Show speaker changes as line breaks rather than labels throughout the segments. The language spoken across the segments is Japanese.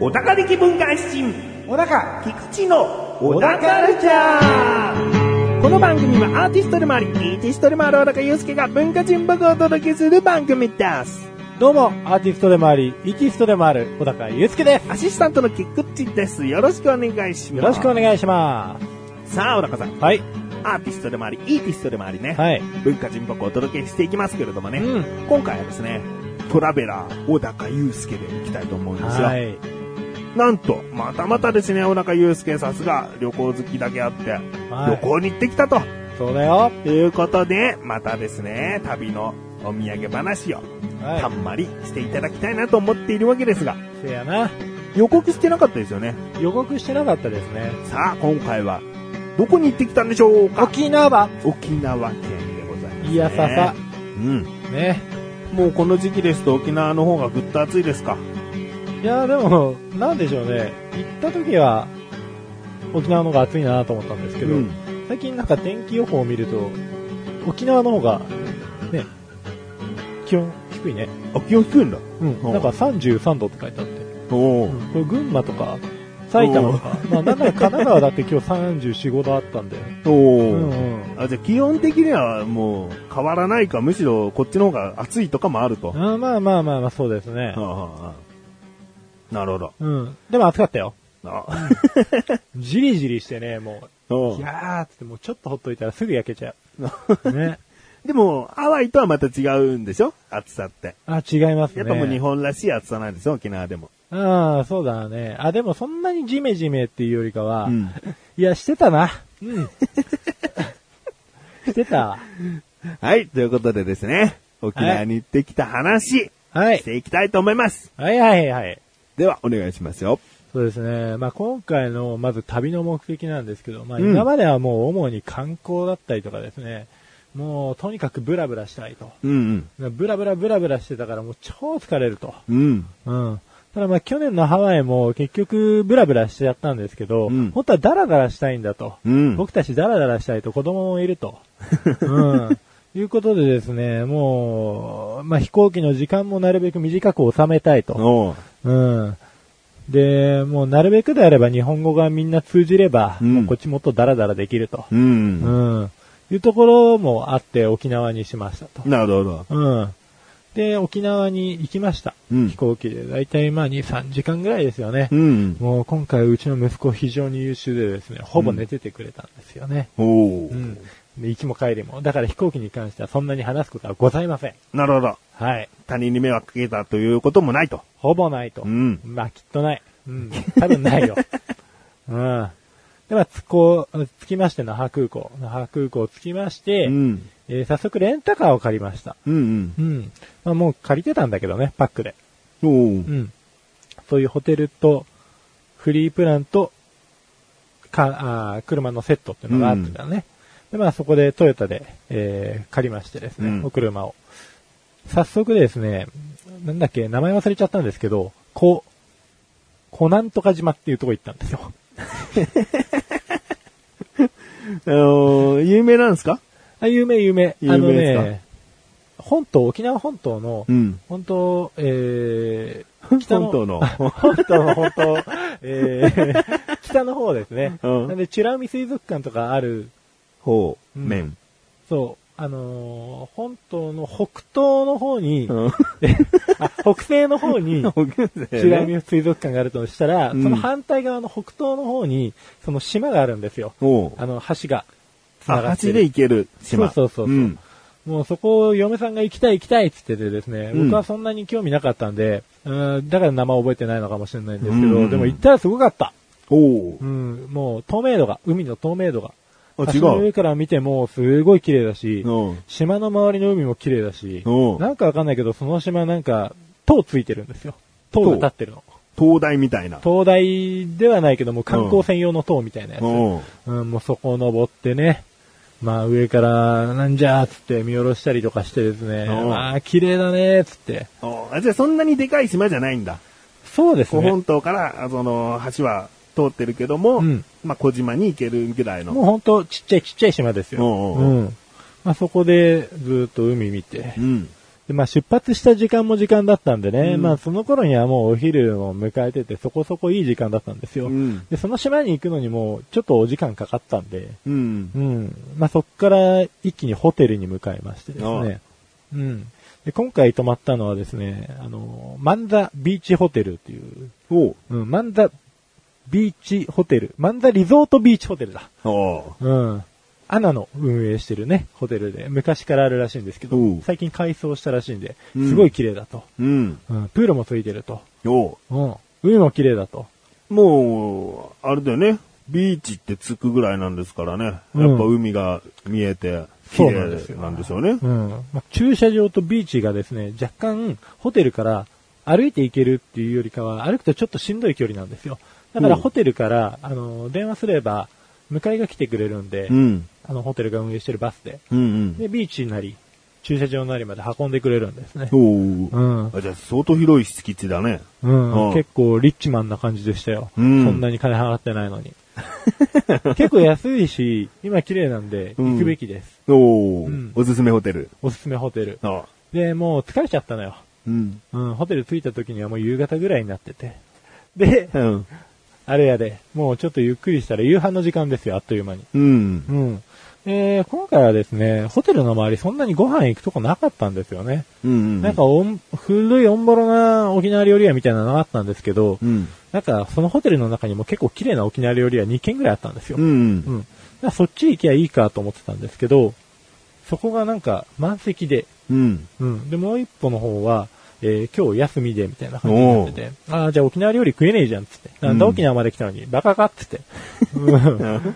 小高力文化発信
小高
菊池の小高カルチャーこの番組はアーティストでもあり、イーティストでもある小高祐介が文化人僕をお届けする番組です。
どうも、アーティストでもあり、イキストでもある、小高祐介です。
アシスタントの菊池です。よろしくお願いします。
よろしくお願いしま
さあ、小高さん、
す。はい。
アーティストでもあり、イーティストでもありね、
はい。
文化人僕をお届けしていきますけれどもね、
う
今回はですね、トラベラー小高祐介でいきたいと思うんですよ。
はい。
なんと、またまたですね、小高祐介さすが旅行好きだけあって、
はい
旅行に行ってきたと
そうだよ。
いうことで、またですね、旅のお土産話をた
は
んまりしていただきたいなと思っているわけですが、
い。せやな。
予告してなかったですよね。
予告してなかったですね。
さあ、今回は、どこに行ってきたんでしょうか
沖縄
沖縄県でございます、ね。
いやささ。
うん。
ね。
もうこの時期ですと沖縄の方がぐっと暑いですか。
いやーでも、なんでしょうね。行った時は、沖縄の方が暑いなと思ったんですけど、最近なんか天気予報を見ると、沖縄の方が、ね、気温低いね。
あ、気温低いんだ。
うん。なんか33度って書いてあって。
おお。
これ群馬とか、埼玉とか、まあ、なんなら神奈川だって 今日34、5度あったんで。
お
う
お、
んうん。
あ、じゃあ基本的にはもう変わらないか、むしろこっちの方が暑いとかもあると。は
あーまあまあまあまあ、そうですね
あ。はあはあなるほど。
うん。でも暑かったよ。
あ
じりじりしてね、も う、
お
いうやーっつってもうちょっとほっといたらすぐ焼けちゃ う。ね。
でも、ハワイとはまた違うんでしょ暑さって。
あ、違いますね。
やっぱもう日本らしい暑さなんですよ、沖縄でも。
ああ、そうだね。あ、でもそんなにジメジメっていうよりかは、
うん
いや、してたな。 うん。してた。
はい、ということでですね、沖縄に行ってきた話、
は
し
い。
ていきたいと思います。
はいはいはい。
では、お願いしますよ。
そうですね。まあ、今回の、まず旅の目的なんですけど、まあ、
うん
今まではもう主に観光だったりとかですね、もうとにかくブラブラしたいと。
うん
ブラブラブラブラしてたからもう超疲れると。
うん。うん。
うん。ただまあ去年のハワイも結局ブラブラしちゃったんですけど、
うん
本当はダラダラしたいんだと。
うん。
僕たちダラダラしたいと子供もいると。うん。いうことでですね、もう、まあ、飛行機の時間もなるべく短く収めたいと。
おう
うん。で、もうなるべくであれば日本語がみんな通じれば、
うん
もうこっちもっとダラダラできると。
うん。
うん。いうところもあって沖縄にしましたと。
なるほど。
うん。で、沖縄に行きました。
うん
飛行機で。だいたいまあ2、3時間ぐらいですよね。
うん。
もう今回うちの息子非常に優秀でですね、ほぼ寝ててくれたんですよね。
おお、
うん。で行きも帰りも。だから飛行機に関してはそんなに話すことはございません。
なるほど。
はい。
他人に迷惑かけたということもないと。
ほぼないと。
うん
まあきっとない。うん。多分ないよ。 うん。では、つこ、つきまして、那覇空港。那覇空港着きまして、
うん。
えー早速レンタカーを借りました。
うん
うん。まあもう借りてたんだけどね、パックで。
うん。おお
う。ん。そういうホテルと、フリープランと、か、あー車のセットっていうのがあってたね。で、まあそこでトヨタで、えー借りましてですね、
うん
お車を。早速ですね、なんだっけ、名前忘れちゃったんですけど、こ、コナンとか島っていうとこ行ったんですよ。
あのー有名なんですか
あ、有名有名。あの
有名ですか
ね、本島、沖縄本島の、
ん。
本当、えー、
本
北の、
当の。
本当の本当、え ー、北の方ですね。
うん
なんで、チュラウミ水族館とかある、
ほう、
うん
面。
そう、あのー本島の北東の方に、
うん。
あ北西の方 に、チュラ ウミ水族館があるとしたら、
うん
その反対側の北東の方に、その島があるんですよ。
ほう。
あの、橋が。繋が
あ、
って
橋
る
で行ける島。
そうそうそうそう
うん。
もうそこを嫁さんが行きたい行きたいって言っててですね、
うん
僕はそんなに興味なかったんで、うん、だから名前覚えてないのかもしれないんですけ
う
ど、
ん
でも行ったらすごかった。
お
うん、もう透明度が、海の透明度が。
お。あ、違
橋の上
う。
から見てもすごい綺麗だし、
うん。
島の周りの海も綺麗だし、
うん
なんかわかんないけど、その島なんか、塔ついてるんですよ。塔が立ってるの。
灯台みたいな。
灯台ではないけども、観光船用の塔みたいなやつ。
うん。
うん、もうそこを登ってね、まあ上から、なんじゃーっつって見下ろしたりとかしてですね、
うん
まあ綺麗だねーっつって。
あ、じゃあそんなにでかい島じゃないんだ。
そうです
古
ね。
本島から、あその、橋は通ってるけども、
うん
まあ、小島に行けるぐらい
も
の。
うほんとちっちゃいちっちゃい島ですよ。
おうおう
うん。まあそこでずーっと海見て
う、ん。
でまあ出発した時間も時間だったんでね、
うん
まあその頃にはもうお昼を迎えててそこそこいい時間だったんですよ。
うん。
で、その島に行くのにもちょっとお時間かかったんで、
うん
う。ん。まあそこから一気にホテルに向かいましてです
ああ
ね。うん。で、今回泊まったのはですね、あの、マンザビーチホテルっていう、
おう
うん、マンザビーチホテル、マンザリゾートビーチホテルだ。
おう
うん。アナの運営してるね、ホテルで。昔からあるらしいんですけ
おう
ど、最近改装したらしいんで、
うん
すごい綺麗だと。
うん。
うん、プールもついてると。
おう
うん。海も綺麗だと。
もう、あれだよね。ビーチってつくぐらいなんですからね。やっぱ
うん
海が見えて、綺
そう
麗
なんですよ
なんでしょうね。
うん。まあ駐車場とビーチがですね、若干、ホテルから歩いて行けるっていうよりかは、歩くとちょっとしんどい距離なんですよ。だから
うん
ホテルから、あの、電話すれば、迎えが来てくれるんで、
うん。
あの、ホテルが運営してるバスで。
うん
で、ビーチなり、駐車場なりまで運んでくれるんですね。
うん。
う。
おうんあじゃあ相当広い敷地だね。
う
うん
ん、結構リッチマンな感じでしたよ。
うん
そんなに金払ってないのに。 結構安いし、今綺麗なんで、
うん
行くべきです。
おお、
うん
おすすめホテル。
おすすめホテル。
あ
で、もう疲れちゃったのよ。
うん。
うん、ホテル着いた時にはもう夕方ぐらいになってて。 で、
うん。
あれやで、もうちょっとゆっくりしたら夕飯の時間ですよ、あっという間に。
うん。
うん。で、今回はですね、ホテルの周りそんなにご飯行くとこなかったんですよね。
うん。
なんかおん、古いおんぼろな沖縄料理屋みたいなのがあったんですけど、
うん。
なんか、そのホテルの中にも結構綺麗な沖縄料理屋2軒ぐらいあったんですよ。
うん。う
う
ん。
ん。だからそっち行きゃいいかと思ってたんですけど、そこがなんか満席で、
うん。
うん。で、もう一歩の方は、えー今日休みで、みたいな感じになってて、ああ、じゃあ沖縄料理食えねえじゃん、つって。なんだ
うん
沖縄まで来たのに、バカかっつって。うんちょ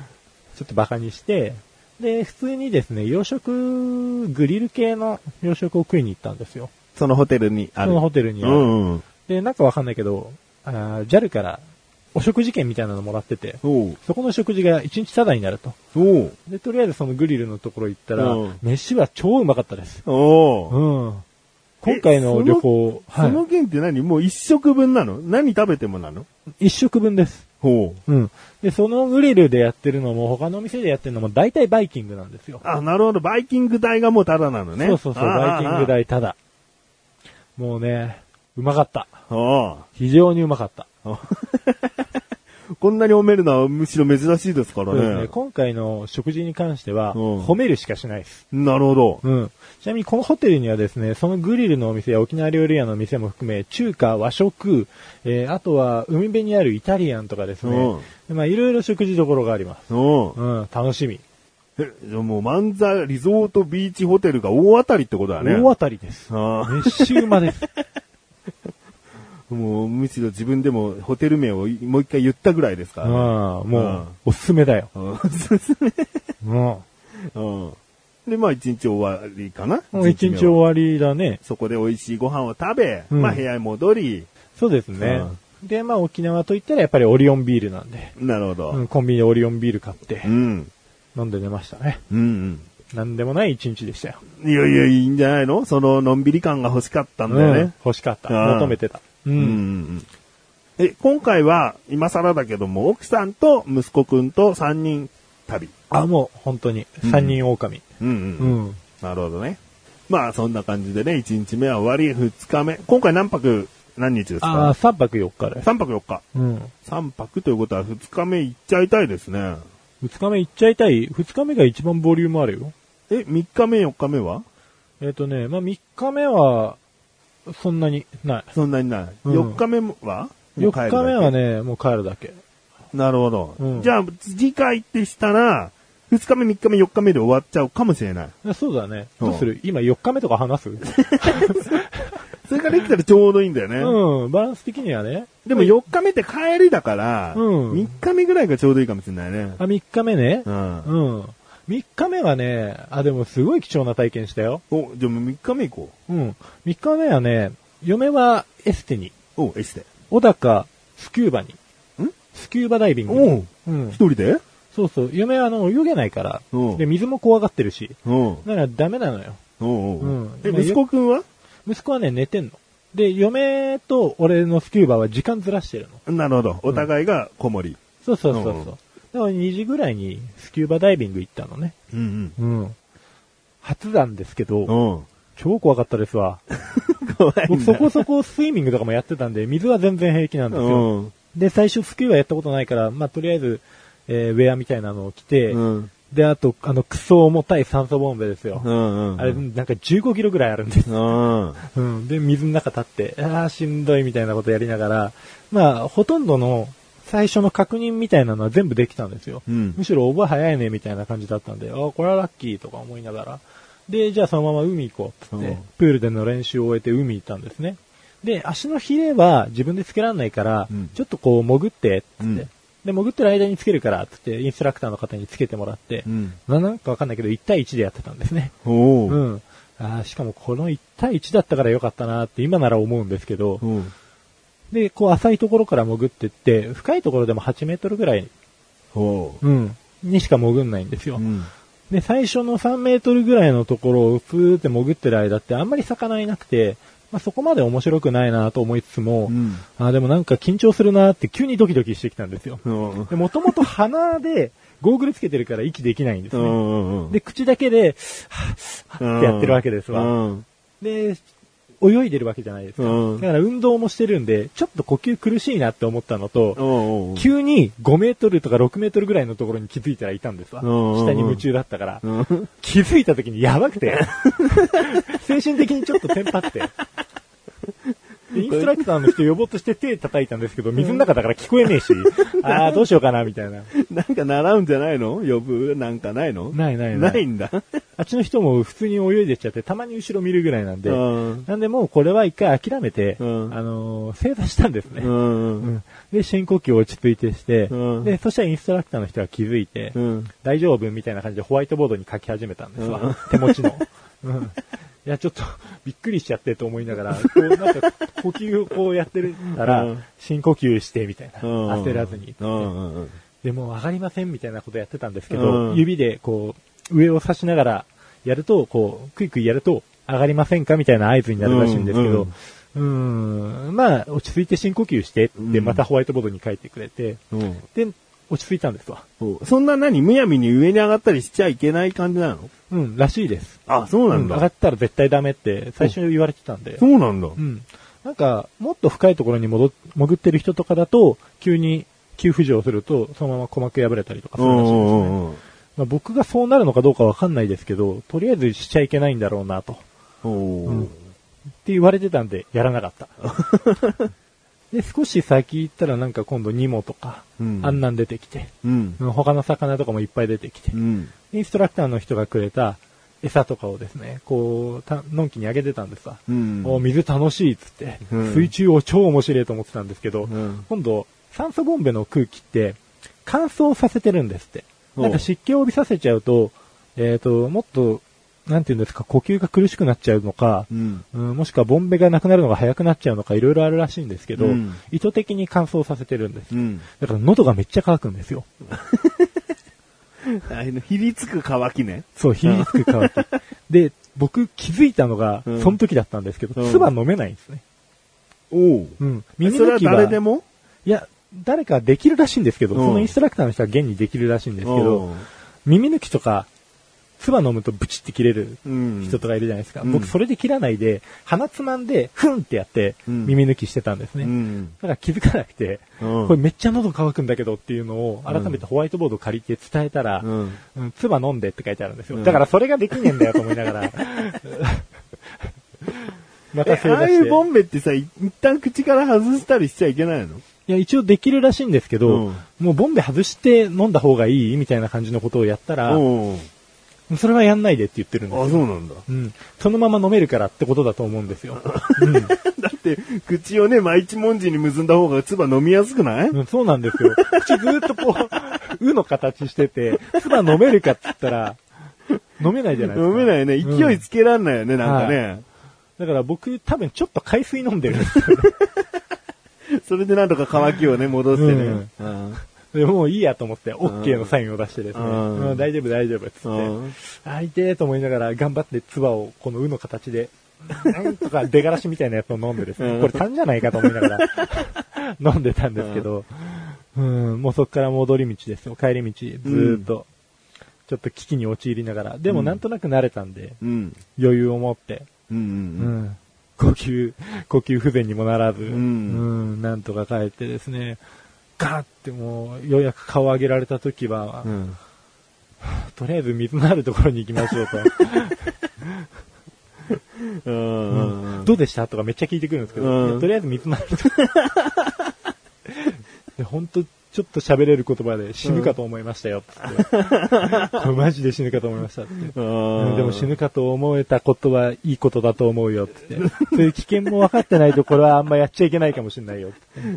っとバカにして、で、普通にですね、洋食、グリル系の洋食を食いに行ったんですよ。
そのホテルにあ
そ
る。
のホテルにある。
うんうん。
で、なんかわかんないけど、あー JAL からお食事券みたいなのもらってて、
おう
そこの食事が1日タダになると。
おう
で、とりあえずそのグリルのところ行ったら
うん、
飯は超うまかったです。
お
う。
うん
今回の旅行、
そ
は
の券って何もう一食分なの何食べてもなの
い、一食分です。
ほう。
うん。で、そのグリルでやってるのも、他のお店でやってるのも、大体バイキングなんですよ。
あ、なるほど。バイキング代がもうタダなのね。
そうそうそう、
あ
バ
あ
イキング。代タダ。もうね、うまかった。
お
非常にうまかった。
うこんなに褒めるのはむしろ珍しいですから
そうです
ね。
ね。今回の食事に関しては、
うん
褒めるしかしないです。
なるほど。
うん。ちなみにこのホテルにはですね、そのグリルのお店や沖縄料理屋のお店も含め、中華、和食、えーあとは海辺にあるイタリアンとかですね、まあいろいろ食事どころがあります。
うん。
うん、楽しみ。
え、じゃあもう漫才リゾートビーチホテルが大当たりってことだね。
大当たりです。
あ
飯うまです。
あもうむしろ自分でもホテル名をいもう一回言ったぐらいですか ら
うん、
ね。
も
うん
う、おすすめだよ。
うん。そうですね
うん。も
うん。で、まあ一日終わりかな
う一日終
は
わりだね。
そこで美味しいご飯を食べ、
うん
まあ部屋に戻り、
そうですね。で、まあ沖縄といったらやっぱりオリオンビールなんで、
なるほど。
うん、コンビニでオリオンビール買って
う、ん。
飲んで寝ましたね。
うん
なんでもない一日でしたよ。
うん。いやいや、いいんじゃないのそののんびり感が欲しかったんだよ
う
ね
ん。欲しかった。
うん
求めてた。う。
うんうんんえ、今回は今更だけども、奥さんと息子くんと3人旅。
あ、もう本当に、三人狼。
うんうん。
うん。
なるほどね。まあそんな感じでね、1日目は終わり、2日目。今回何泊何日です
ああ、
か
3泊4日です。
?3 泊4日。
うん。
3泊ということは2日目行っちゃいたいですね。
2日目行っちゃいたい ?2 日目が一番ボリュームあるよ。
え、3日目4日目は
えっ、とね、まあ3日目は、そんなにない。
そんなにない。
うん
4日目は
4日目は。
もう帰るだ
ね、もう帰るだけ。
けなるほど。
うん
じゃあ次回ってしたら、2日目、3日目、4日目で終わっちゃうかもしれない。
あそうだね。
うん
どうする今4日目とか話す
それができたらちょうどいいんだよね。
うん、バランス的にはね。
でも4日目って帰りだから、
うん
3日目ぐらいがちょうどいいかもしれないね。
あ、3日目ね
う。ん。
うん。3日目はね、あ、でもすごい貴重な体験したよ。
お、じゃあもう3日目行こ
うん。3日目はね、嫁はエステに、
う。おう、エステ。
小高、スキューバに。
ん
スキューバダイビングに。
おう、
うん
一。人で
そうそう。嫁はあの、泳げないから。
うん
で、水も怖がってるし。
うん。
だからダメなのよ。
うん
うん
え、
まあ
息子くんは
息子はね、寝てんの。で、嫁と俺のスキューバは時間ずらしてるの。
なるほど。お互いが子守。
そうそうそうそう。でも2時ぐらいにスキューバダイビング行ったのね。
うん
うん。初なんですけ
う
ど、
ん。うん。
超怖かったですわ。
怖いん
僕
だ
そこそこスイミングとかもやってたんで、水は全然平気なんですよ。
うん。
で、最初スキューバやったことないから、まあ、とりあえず、えーウェアみたいなのを着て、
うん。
で、あと、あの、クソ重たい酸素ボンベですよ。
うん。うん。
あれ、なんか15キロぐらいあるんです。
うん。
うん。で、水の中立って、ああ、しんどいみたいなことやりながら、まあ、ほとんどの最初の確認みたいなのは全部できたんですよ。
うん。
むしろ覚え早いね、みたいな感じだったんで、ああ、これはラッキーとか思いながら。で、じゃあそのまま海行こうっつって、
うん
プールでの練習を終えて海行ったんですね。で、足のヒレは自分でつけられないから、
うん
ちょっとこう潜って、っつって、
うん
で、潜ってる間につけるから、っつって、インストラクターの方につけてもらって、
うん。
ななんかわかんないけど、1対1でやってたんですね。
お
う
ー
ん。ああ、しかもこの1対1だったからよかったなって今なら思うんですけど、
おー
で、こう浅いところから潜ってって、深いところでも8メートルぐらい、
おー
うん、にしか潜んないんですよ。
うん。
で、最初の3メートルぐらいのところをふーって潜ってる間ってあんまり魚いなくて、まあ、そこまで面白くないなと思いつつも、
うん。
あーでもなんか緊張するなって急にドキドキしてきたんですよ。
うん。
で、もともと鼻でゴーグルつけてるから息できないんです
う
ね。
んうん。
で、口だけで、はぁはぁってやってるわけですわ。
うん。
で、泳いでるわけじゃないです
う
か。
ん。
だから運動もしてるんで、ちょっと呼吸苦しいなって思ったのと、
おー
急に5メートルとか6メートルぐらいのところに気づいたらいたんですわ。
うんうんうん
下に夢中だったから。
うん。
気づいた時にやば くて、精神的にちょっとテンパって。でインストラクターの人呼ぼうとして手叩いたんですけど、水の中だから聞こえね えし、ああ、どうしようかな、みたいな。
なんか習うんじゃないの呼ぶなんかないの
ないないない
ないんだ。
あっちの人も普通に泳いでっちゃって、たまに後ろ見るぐらいなんで、
うん。
なんでもうこれは一回諦めて、
うん
あのー正座したんですね。
うん。
で、深呼吸を落ち着いてして、
うん
で、そしたらインストラクターの人が気づいて、
うん。
大丈夫みたいな感じでホワイトボードに書き始めたんですわ。
うん
手持ちの。うん。いや、ちょっと、 びっくりしちゃってと思いながら、こう、なんか、呼吸をこうやってるたら、
うん
深呼吸して、みたいな。
うん
焦らずに。
うんうんうん。
で、もう上がりません、みたいなことやってたんですけど、
うん
指で、こう、上を指しながら、やると、こう、クイクイやると、上がりませんかみたいな合図になるらしいんですけど、うーん、んまあ、落ち着いて深呼吸してって、
うん
またホワイトボードに書いてくれて、
うん
で、落ち着いたんですわ。
おそんな何むやみに上に上がったりしちゃいけない感じなの
うん、らしいです。
あ、そうなん
上が
だ
っ。たら絶対ダメって最初に言われてたんで
そ。うなんだ。
うん。なんか、もっと深いところに戻っ潜ってる人とかだと、急に急浮上すると、そのまま鼓膜破れたりとかす
う
るらしいんですね。
んうん
まあ、僕がそうなるのかどうかわかんないですけど、とりあえずしちゃいけないんだろうなと。
う
うん
ん。
って言われてたんで、やらなかった。 で、少し先行ったらなんか今度ニモとか、
うん
あんなん出てきて、
うん。
うん他の魚とかもいっぱい出てきて
う、ん。
インストラクターの人がくれた餌とかをですね、こう、たのんきにあげてたんですわ。
うん。
お水楽しいっつって、
うん
水中を超面白いと思ってたんですけど、
うん
今度、酸素ボンベの空気って乾燥させてるんですって。
おう
なんか湿気を帯びさせちゃうと、えっ、と、もっと、なんていうんですか、呼吸が苦しくなっちゃうのか、
うん。
うんもしくはボンベがなくなるのが早くなっちゃうのか、いろいろあるらしいんですけど、
うん
意図的に乾燥させてるんです。
うん。
だから喉がめっちゃ乾くんですよ。
あの、ひりつく乾きね。
そう、ひりつく 乾き。で、僕気づいたのが、
うん
その時だったんですけど、
うん
唾飲めないんですね。
おう。
うん。
え
耳
それ
抜
は
きは
誰でも
いや、誰かできるらしいんですけど、
うん
そのインストラクターの人は現にできるらしいんですけど、耳抜きとか、唾飲むとブチって切れる
うん。
人とかいるじゃないですか。
うん
僕それで切らないで、鼻つまんで、ふんってやって、
うん
耳抜きしてたんですね。
ね。うん。
だから気づかなくて、
うん
これめっちゃ喉乾くんだけどっていうのを改めてホワイトボード借りて伝えたら、
うん。
うん、唾飲んでって書いてあるんですよ。
うん
だからそれができねえんだよと思いな がら。また
え
正
あ
座
あ
し
いう
て。
ボンベってさ、い一旦口から外したりしちゃいけないの
いや、一応できるらしいんですけど、
うん
もうボンベ外して飲んだ方がいいみたいな感じのことをやったら、
おう
それはやんないでって言ってるんです
あ、
よ。
そうなんだ。
うん。そのまま飲めるからってことだと思うんですよ。うん
だって、口をね、毎一文字に結んだ方が唾飲みやすくない、
うん、そうなんですよ。口ずーっとこう、 うの形してて、唾飲めるかっつったら、飲めないじゃないですか。
飲めないね。
うん
勢いつけらんないよね、なんかね。
だから僕多分ちょっと海水飲んでるんですよね。
それでなんとか乾きをね、戻してね。うん
でもういいやと思って、OK のサインを出してですね、
うん
うん大丈夫大丈夫っつって、
うん
あ、痛えと思いながら頑張って唾をこのうの形で、なんとか出がらしみたいなやつを飲んでですね、
うん
これ痰じゃないかと思いながら飲んでたんですけど、うん、もうそこから戻り道ですよ。帰り道、ずーっと、ちょっと危機に陥りながら。でもなんとなく慣れたんで、
うん。
余裕を持って、
うんうん
う
うん。
ん、呼吸、呼吸不全にもならず、うんん、なんとか帰ってですね、ガーってもう、ようやく顔を上げられた時は、
うん。
とりあえず水のあるところに行きましょうと。
うん。
どうでしたとかめっちゃ聞いてくるんですけど、
うん
いやとりあえず水のある ところで。本当ちょっと喋れる言葉で死ぬかと思いました よっつって、これマジで死ぬかと思いましたって。うんでも死ぬかと思えたことはいいことだと思うよってって。そういう危険も分かってないところはあんまやっちゃいけないかもしれないよっ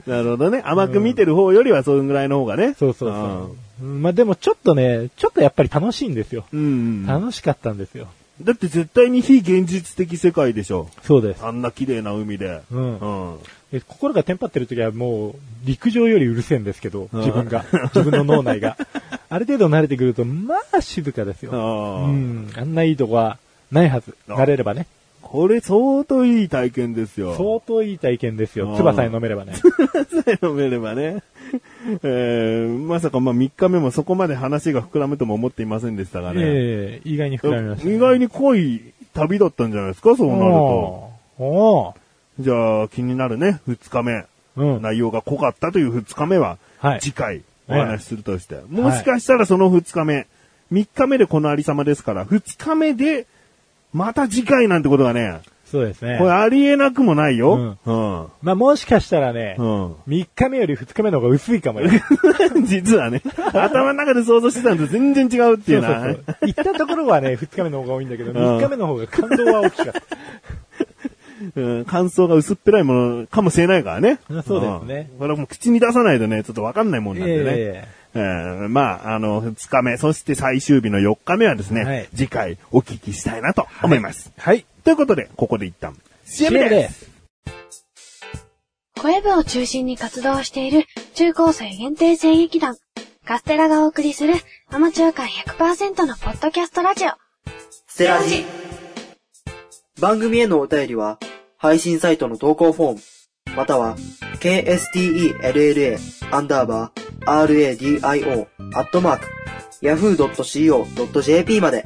て。
なるほどね。甘く見てる方よりはそのぐらいの方がね。
そうそうそう。まあでもちょっとね、ちょっとやっぱり楽しいんですよ。
うん。うん。だ
楽しかったんですよ。
って絶対に非現実的世界でしょ。
そうです。
あんな綺麗な海で。
うん
うん。
で心がテンパってる時はもう陸上よりうるせえんですけど、
うん
自分が。自分の脳内が。ある程度慣れてくると、まあ静かですよ。う
ああ。
ん。あんないいとこはないはず。
あ
慣れればね。
これ相当いい体験ですよ。
相当いい体験です
う
よ。
ん
唾さえ飲めればね。
飲めればね。えー、まさかまあ3日目もそこまで話が膨らむとも思っていませんでしたがね。
ええ意外に膨らみましたね。
意外に濃い旅だったんじゃないですか、そうなると。
おーお
じゃあ気になるね、2日目。
ーうん。
内容が濃かったという2日目は、
はい
次回お話しするとして、もしかしたらその2日目、3日目でこのありさまですから、2日目で、また次回なんてことがね、
そうですね
これ。ありえなくもないよ。うん。
まあもしかしたらね、
うん。
3日目より2日目の方が薄いかもよ。そ
実はね、頭の中で想像してたのと全然違うっていう
うそう
な。
そう。行ったところはね、2日目の方が多いんだけど、
ん
3日目の方が感動は大きかった。
うん感想が薄っぺらいものかもしれないからね。
うんそうですね
うんこれはもう口に出さないとね、ちょっとわかんないもんなんでね。
え
えーまあ、あの、2日目、そして最終日の4日目はですね、
はい
次回お聞きしたいなと思います。
はい。
ということで、ここで一旦、CM です
す。
声部を中心に活動している中高生限定声劇団、カステラがお送りするアマチュア感100%のポッドキャストラジオ。
ステラジ。番組へのお便りは、配信サイトの投稿フォーム、または、kstella アンダーバー radio アットマーク、yahoo.co.jp まで。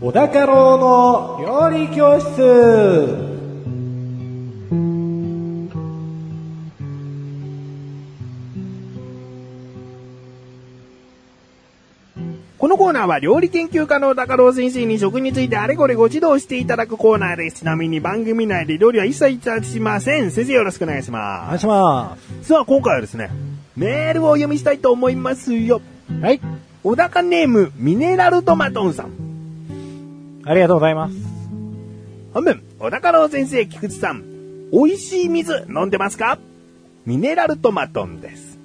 小高郎の料理教室
このコーナーは料理研究家の高郎先生に食についてあれこれご指導していただくコーナーです。ちなみに番組内で料理は一切いたしません。先生よろしくお願いし
お
ま。
願いします
さあ、今回はですね、メールを読みしたいと思いますよ。
す。はい。
小高ネーム、ミネラルトマトンさん。
ありがとうございます。
本文、小高郎先生、菊池さん、美味しい水飲んでますかミネラルトマトンです。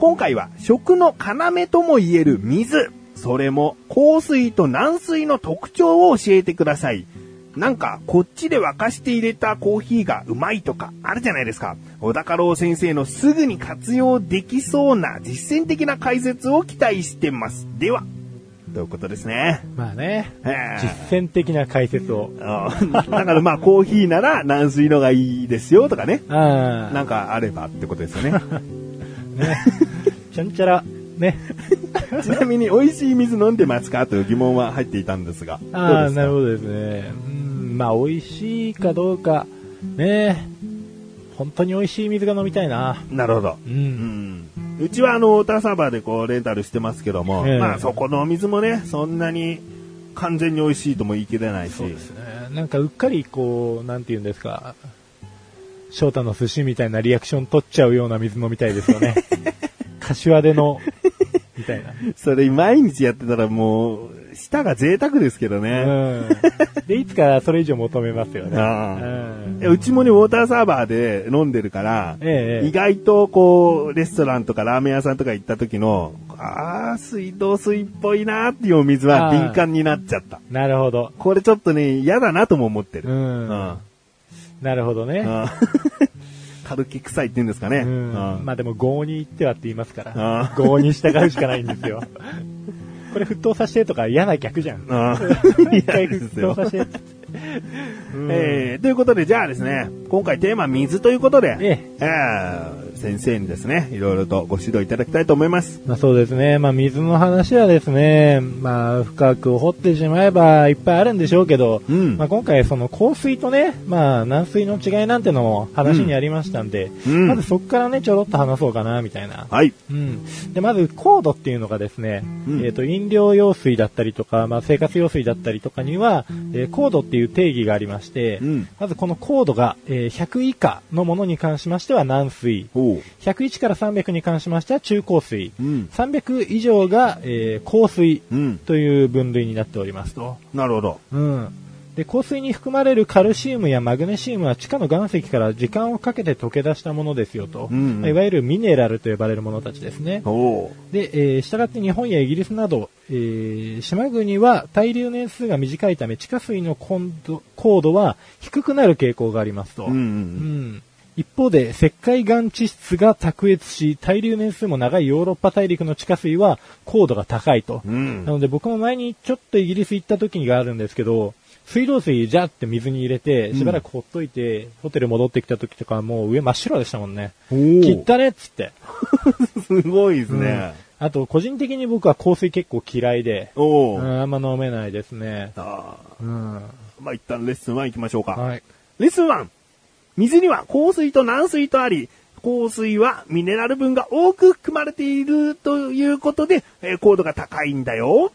今回は食の要とも言える水、それも硬水と軟水の特徴を教えてください。なんか、こっちで沸かして入れたコーヒーがうまいとか、あるじゃないですか。小高郎先生のすぐに活用できそうな実践的な解説を期待してます。では、ということですね。
まあね、
えー
実践的な解説を。
あーだからまあコーヒーなら軟水のがいいですよとかね。
あ
なんかあればってことですよ ね。
あ、ちゃんちゃら、 ね。
ちなみに美味しい水飲んでますかという疑問は入っていたんですが。
ああ、なる
どう
ほどですね。うん、まあ、美味しいかどうか、ねえ本当に美味しい水が飲みたいな。
ですかなるほど。
う。
うんん。うちはあの、ウォーターサーバーでこうレンタルしてますけども、
ええ
まあそこのお水もね、そんなに完全に美味しいとも言い切れないし。
そうですね。なんか、うっかり、こう、なんて言うんですか、翔太の寿司みたいなリアクション取っちゃうような水飲みたいです よね。柏での、みたいな。
それ毎日やってたらもう、舌が贅沢ですけどね。
うん。で、いつかそれ以上求めますよね。う
ああ
ん
い。やうちもね、ウォーターサーバーで飲んでるから、
ええ
意外とこう、レストランとかラーメン屋さんとか行った時の、あー、水道水っぽいなーっていうお水は
あー
敏感になっちゃった。
なるほど。
これちょっとね、嫌だなとも思ってる。
うん
うん。
なるほどね。
うん考 軽気臭いって言うんですかね。
うん
あー
まあでも、合に行ってはって言いますから、
あー
合に従うしかないんですよ。これ沸騰させてとか嫌な逆じゃん。
あー
一回
嫌です
沸
よ
騰させて。うん
えーということで、じゃあですね、今回テーマ水ということで、
え
えー先生にですね、いろいろとご指導いただきたいと思います。
まあそうですね。まあ水の話はですね、まあ深く掘ってしまえばいっぱいあるんでしょうけど、
うん
まあ今回その硬水とね、まあ軟水の違いなんてのも話にありましたんで、
うん
まずそこからね、ちょろっと話そうかな、みたいな。
はい。
うん。で、まず高度っていうのがですね、
うん
えっ、と、飲料用水だったりとか、まあ生活用水だったりとかには、えー高度っていう定義がありまして、
うん
まずこの高度が、えー100以下のものに関しましては軟水、
おう。
101から300に関しましては中高水、
うん。
300以上が、えー硬水
うん。
という分類になっておりますと。
なるほど。
うん。で、硬水に含まれるカルシウムやマグネシウムは地下の岩石から時間をかけて溶け出したものですよと。
うんうん
いわゆるミネラルと呼ばれるものたちですね。
おう。
で、えー、従って日本やイギリスなど、えー島国は対流年数が短いため地下水の高度高度は低くなる傾向がありますと。
うんう。
うんん一方で、石灰岩地質が卓越し、対流年数も長いヨーロッパ大陸の地下水は高度が高いと。
うん
な。ので僕も前にちょっとイギリス行った時があるんですけど、水道水じゃって水に入れて、しばらくほっといて、ホテル戻ってきた時とかもう上真っ白でしたもんね。
お
切っ
ー
たねっつって。
すごいです
うん
ね。
あと、個人的に僕は香水結構嫌いで、
おう
う、
ん
あんま飲めないですね。
あ
うん。
ーまあ、一旦レッスン1行きましょうか。
はい。
レッスン 1! 水には硬水と軟水とあり、硬水はミネラル分が多く含まれているということで、えー高度が高いんだよ。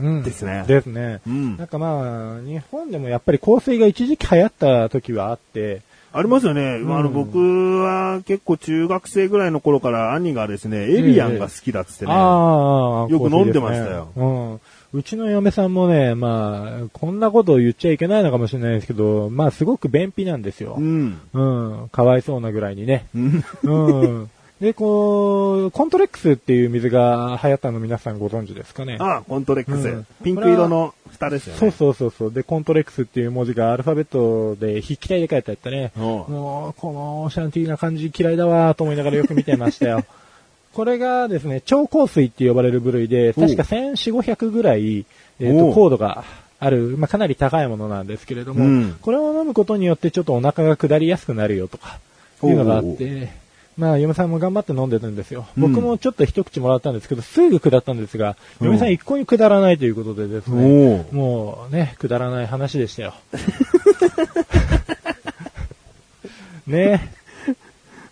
うん。
ですね
ですね。
うん
なんかまあ、日本でもやっぱり香水が一時期流行った時はあって、
ありますよね。
ん
あの、僕は結構中学生ぐらいの頃から兄がですね、エビアンが好きだっつってね。
ああ、
よく飲んで
香水すね
ましたよ
うん。うちの嫁さんもね、まあ、こんなことを言っちゃいけないのかもしれないですけど、まあ、すごく便秘なんですよ
う。ん。
うん。かわいそうなぐらいにね。
うん。
うん。で、こう、コントレックスっていう水が流行ったの皆さんご存知ですかね。
ああ、コントレックス。
うん
ピンク色の蓋ですよね。
そうそうそうそう。で、コントレックスっていう文字がアルファベットで筆記体で書いてあったね。
おう
もう、このオシャンティーな感じ嫌いだわーと思いながらよく見てましたよ。 これがですね、超香水って呼ばれる部類で、確か1400、500ぐらい、えー
お
と、
う
高度がある、まあ、かなり高いものなんですけれども、
うん
これを飲むことによってちょっとお腹が下りやすくなるよとか、いうのがあって、まあ、嫁さんも頑張って飲んでるんですよ。
うん
僕もちょっと一口もらったんですけど、すぐ下ったんですが、
うん
嫁さん一向に下らないということでですね、
おう
もうね、くだらない話で したよ。ね。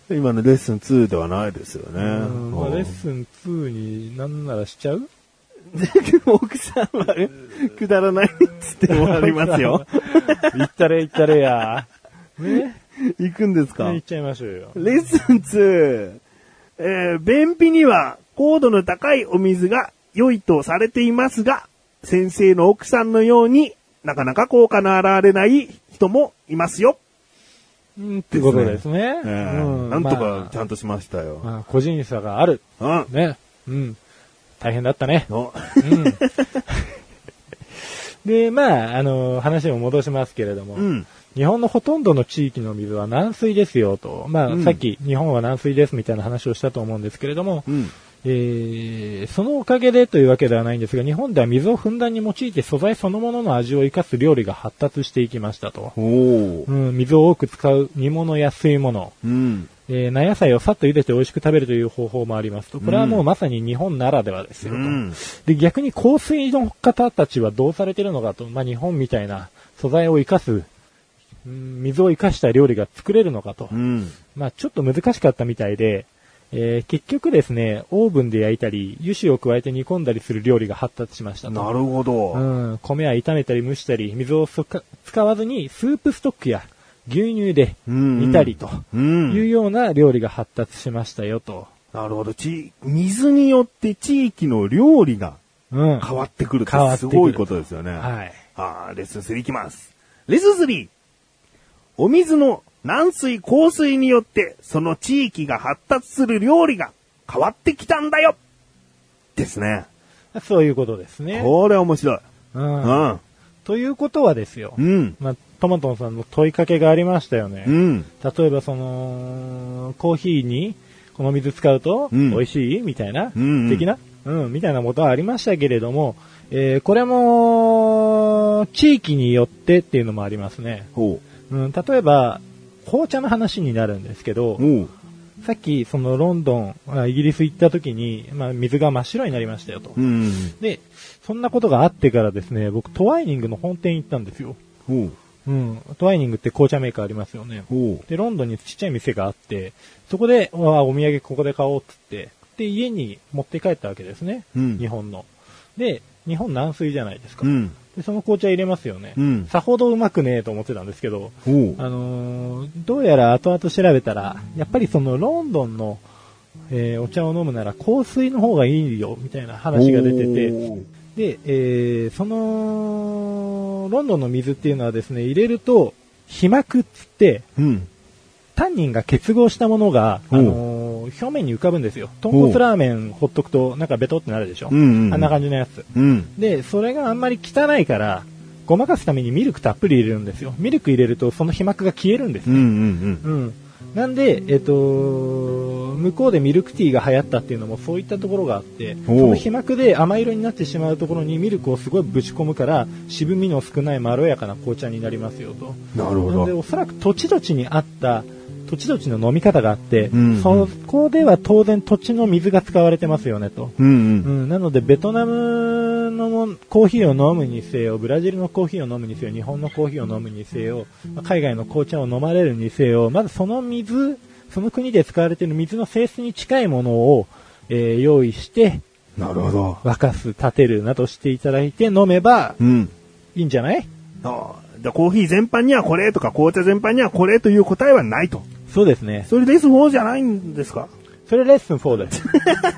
今のレッスン2ではないですよね。
うんまあ、
おう
レッスン2になんならしちゃう
奥さんは、くだらないっつって終わります よ。
行ったれ行ったれや。ね。
行くんですか
行っちゃいましょうよ。
レッスン2。えー、便秘には高度の高いお水が良いとされていますが、先生の奥さんのようになかなか効果の現れない人もいますよ。
うん、ってことですね。
え
う
ーなんとかちゃ
ま
んとしました
あ、
よ。
まあ個人差がある。
うん。
ね。うん。大変だったね。
の
うん。 で、まあ、あの、話を戻しますけれども。
うん。
日本のほとんどの地域の水は軟水ですよと、まあ、
うん
さっき日本は軟水ですみたいな話をしたと思うんですけれども、
うん。
えーそのおかげでというわけではないんですが、日本では水をふんだんに用いて素材そのものの味を生かす料理が発達していきましたと。
おお
う。ん、水を多く使う煮物や吸い物、
うん。
えー、菜野菜をさっと茹でて美味しく食べるという方法もありますと。これはもうまさに日本ならではです
う
よと。
ん。
で、逆に香水の方たちはどうされてるのかと、まあ、日本みたいな素材を生かす、うん水を生かした料理が作れるのかと
う、ん。
まあ、ちょっと難しかったみたいで、えー結局ですね、オーブンで焼いたり、油脂を加えて煮込んだりする料理が発達しましたと。
なるほど。
うん、米は炒めたり蒸したり、水をそか使わずにスープストックや牛乳で
うん
煮たりと
う。
いうんような料理が発達しましたよと。
なるほど。ち、水によって地域の料理が
うん。
変わってくるって
変わって
す
くる
ごいことですよね。
はい。
あーレッスン3いきます。レッスン 3! お水の軟水、硬水によって、その地域が発達する料理が変わってきたんだよですね。
そういうことですね。
これ面白い。
うん
うん。
ということはですよ、
うん。
まあ、トマトンさんの問いかけがありましたよね。
うん。
例えばその、コーヒーにこの水使うと
うん
美味しい、みたいな、
うんうん
的な、うん、みたいなことはありましたけれども、えーこれも、地域によってっていうのもありますね。
ほ
うん、例えば、紅茶の話になるんですけど
う。、おう。
さっきそのロンドン、あイギリス行った時に、まあ、水が真っ白になりましたよと。
うん。
で、そんなことがあってからですね、僕トワイニングの本店行ったんですよ。
ほう。
うん、トワイニングって紅茶メーカーありますよね。
ほ
で、ロンドンにちっちゃい店があって、そこで、うわお土産ここで買おうっつって、で、家に持って帰ったわけですね。
う。うん。
日本の。で、日本軟水じゃないですか。
うん。
で、その紅茶入れますよね。
うん
さほどうまくねえと思ってたんですけど、
ほう。
あのーどうやら後々調べたら、やっぱりそのロンドンの、えーお茶を飲むなら香水の方がいいよ、みたいな話が出てて、
おう
で、えーその、ロンドンの水っていうのはですね、入れると、皮膜っつって、
うん。
タンニンが結合したものが、あ
おう
のー表面に浮かぶんですよ。豚骨ラーメンほっとくと、なんかベトってなるでしょ。
うんうん
あんな感じのやつ。
うん。
で、それがあんまり汚いから、ごまかすためにミルクたっぷり入れるんですよ。ミルク入れると、その皮膜が消えるんです
うん。う
ね。
ん。
うん。なんで、えっ、と向こうでミルクティーが流行ったっていうのもそういったところがあって、そ
おう
の皮膜で甘い色になってしまうところにミルクをすごいぶち込むから、渋みの少ないまろやかな紅茶になりますよと。
うん。なるほ
なので、
ど。
おそらく土地土地にあった、土地土地の飲み方があって、
うんうん
そこでは当然土地の水が使われてますよねと。
うん
う。ん、なので、ベトナムのもんコーヒーを飲むにせよ、ブラジルのコーヒーを飲むにせよ、日本のコーヒーを飲むにせよ、まあ海外の紅茶を飲まれるにせよ、まずその水、その国で使われている水の性質に近いものを、えー用意して、
なるほど。
沸かす、立てるなどしていただいて飲めば
うん。
いいんじゃない
ああじゃあコーヒー全般にはこれとか紅茶全般にはこれという答えはないと。
そうですね。
それです方じゃないんですか
それレッスン4です。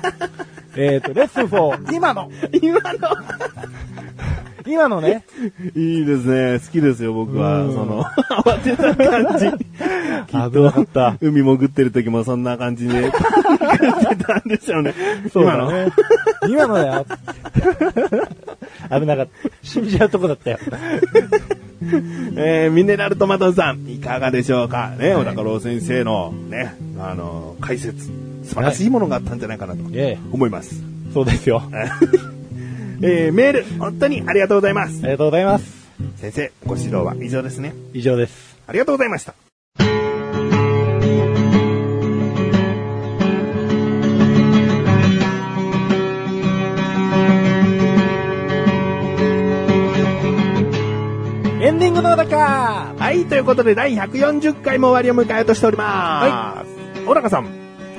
えっと、レッスン4。今の
今の。
今のね、
いいですね。好きですよ、僕は。
うん
その、 慌てた感じ。
危なかった。
海潜ってる時もそんな感 じで、パン食ってたんですよね。
そうだね。 今のだよ。危なかった。信じ合うとこだったよ。
今の。えー、ミネラルトマトさん、いかがでしょうかね、小高郎先生のね、あの、解説、素晴らしいものがあったんじゃないかなと
ええ、
思います。
そうですよ。あ
えー、メール、本当にありがとうございます。
りがとうございます。
先生、ご指導は以上ですね。
以上です。
ありがとうございました。
エンディングの中
はい、ということで第140回も終わりを迎えようとしております。小高さん。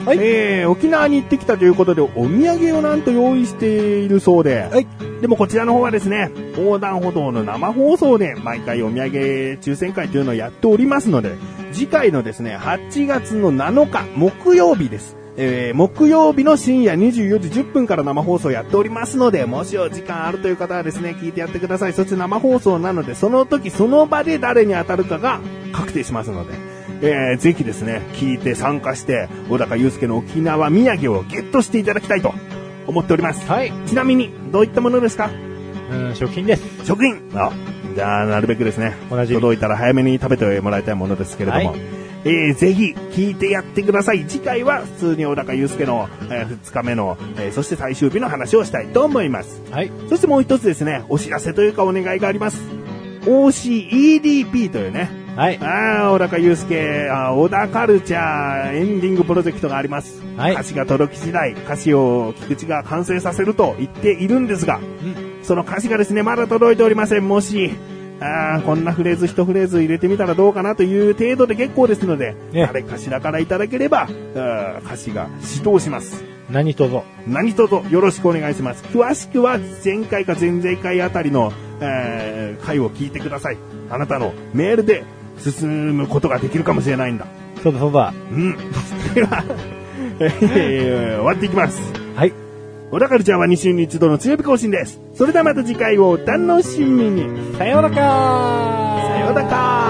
はい
えー、沖縄に行ってきたということで、お土産をなんと用意しているそうで。
はい
でもこちらの方はですね、横断歩道の生放送で毎回お土産抽選会というのをやっておりますので、次回のですね、8月の7日、木曜日です。えー、木曜日の深夜24時10分から生放送やっておりますので、もしお時間あるという方はですね、聞いてやってください。そして生放送なので、その時その場で誰に当たるかが確定しますので、えー、ぜひですね、聞いて参加して、小高祐介の沖縄土産をゲットしていただきたいと思っております。
はい。
ちなみに、どういったものですか
うん、食品です。
食品あ、じゃあ、なるべくですね、
同じ。
届いたら早めに食べてもらいたいものですけれども、
はい
えーぜひ聞いてやってください。次回は普通に小高祐介の、え2日目の、えーそして最終日の話をしたいと思います。
はい。
そしてもう一つですね、お知らせというかお願いがあります。OCEDP というね、
はい。
ああ、小高祐介、あー小田カルチャーエンディングプロジェクトがあります。
はい
歌詞が届き次第、歌詞を菊池が完成させると言っているんですが、その歌詞がですね、まだ届いておりません。もし、ああ、こんなフレーズ一フレーズ入れてみたらどうかなという程度で結構ですので、
ね
誰かしらからいただければ、あー歌詞が指導します。
何とぞ。
何卒よろしくお願いします。詳しくは前回か前々回あたりの、えー回を聞いてください。あなたのメールで進むことができるかもしれないんだ。
そうだそうだ。
うん。 では、えー終わっていきます。
はい。
小田カルチャーは2週に1度の強火更新です。それではまた次回をお楽しみに。
さようならかー
さようなら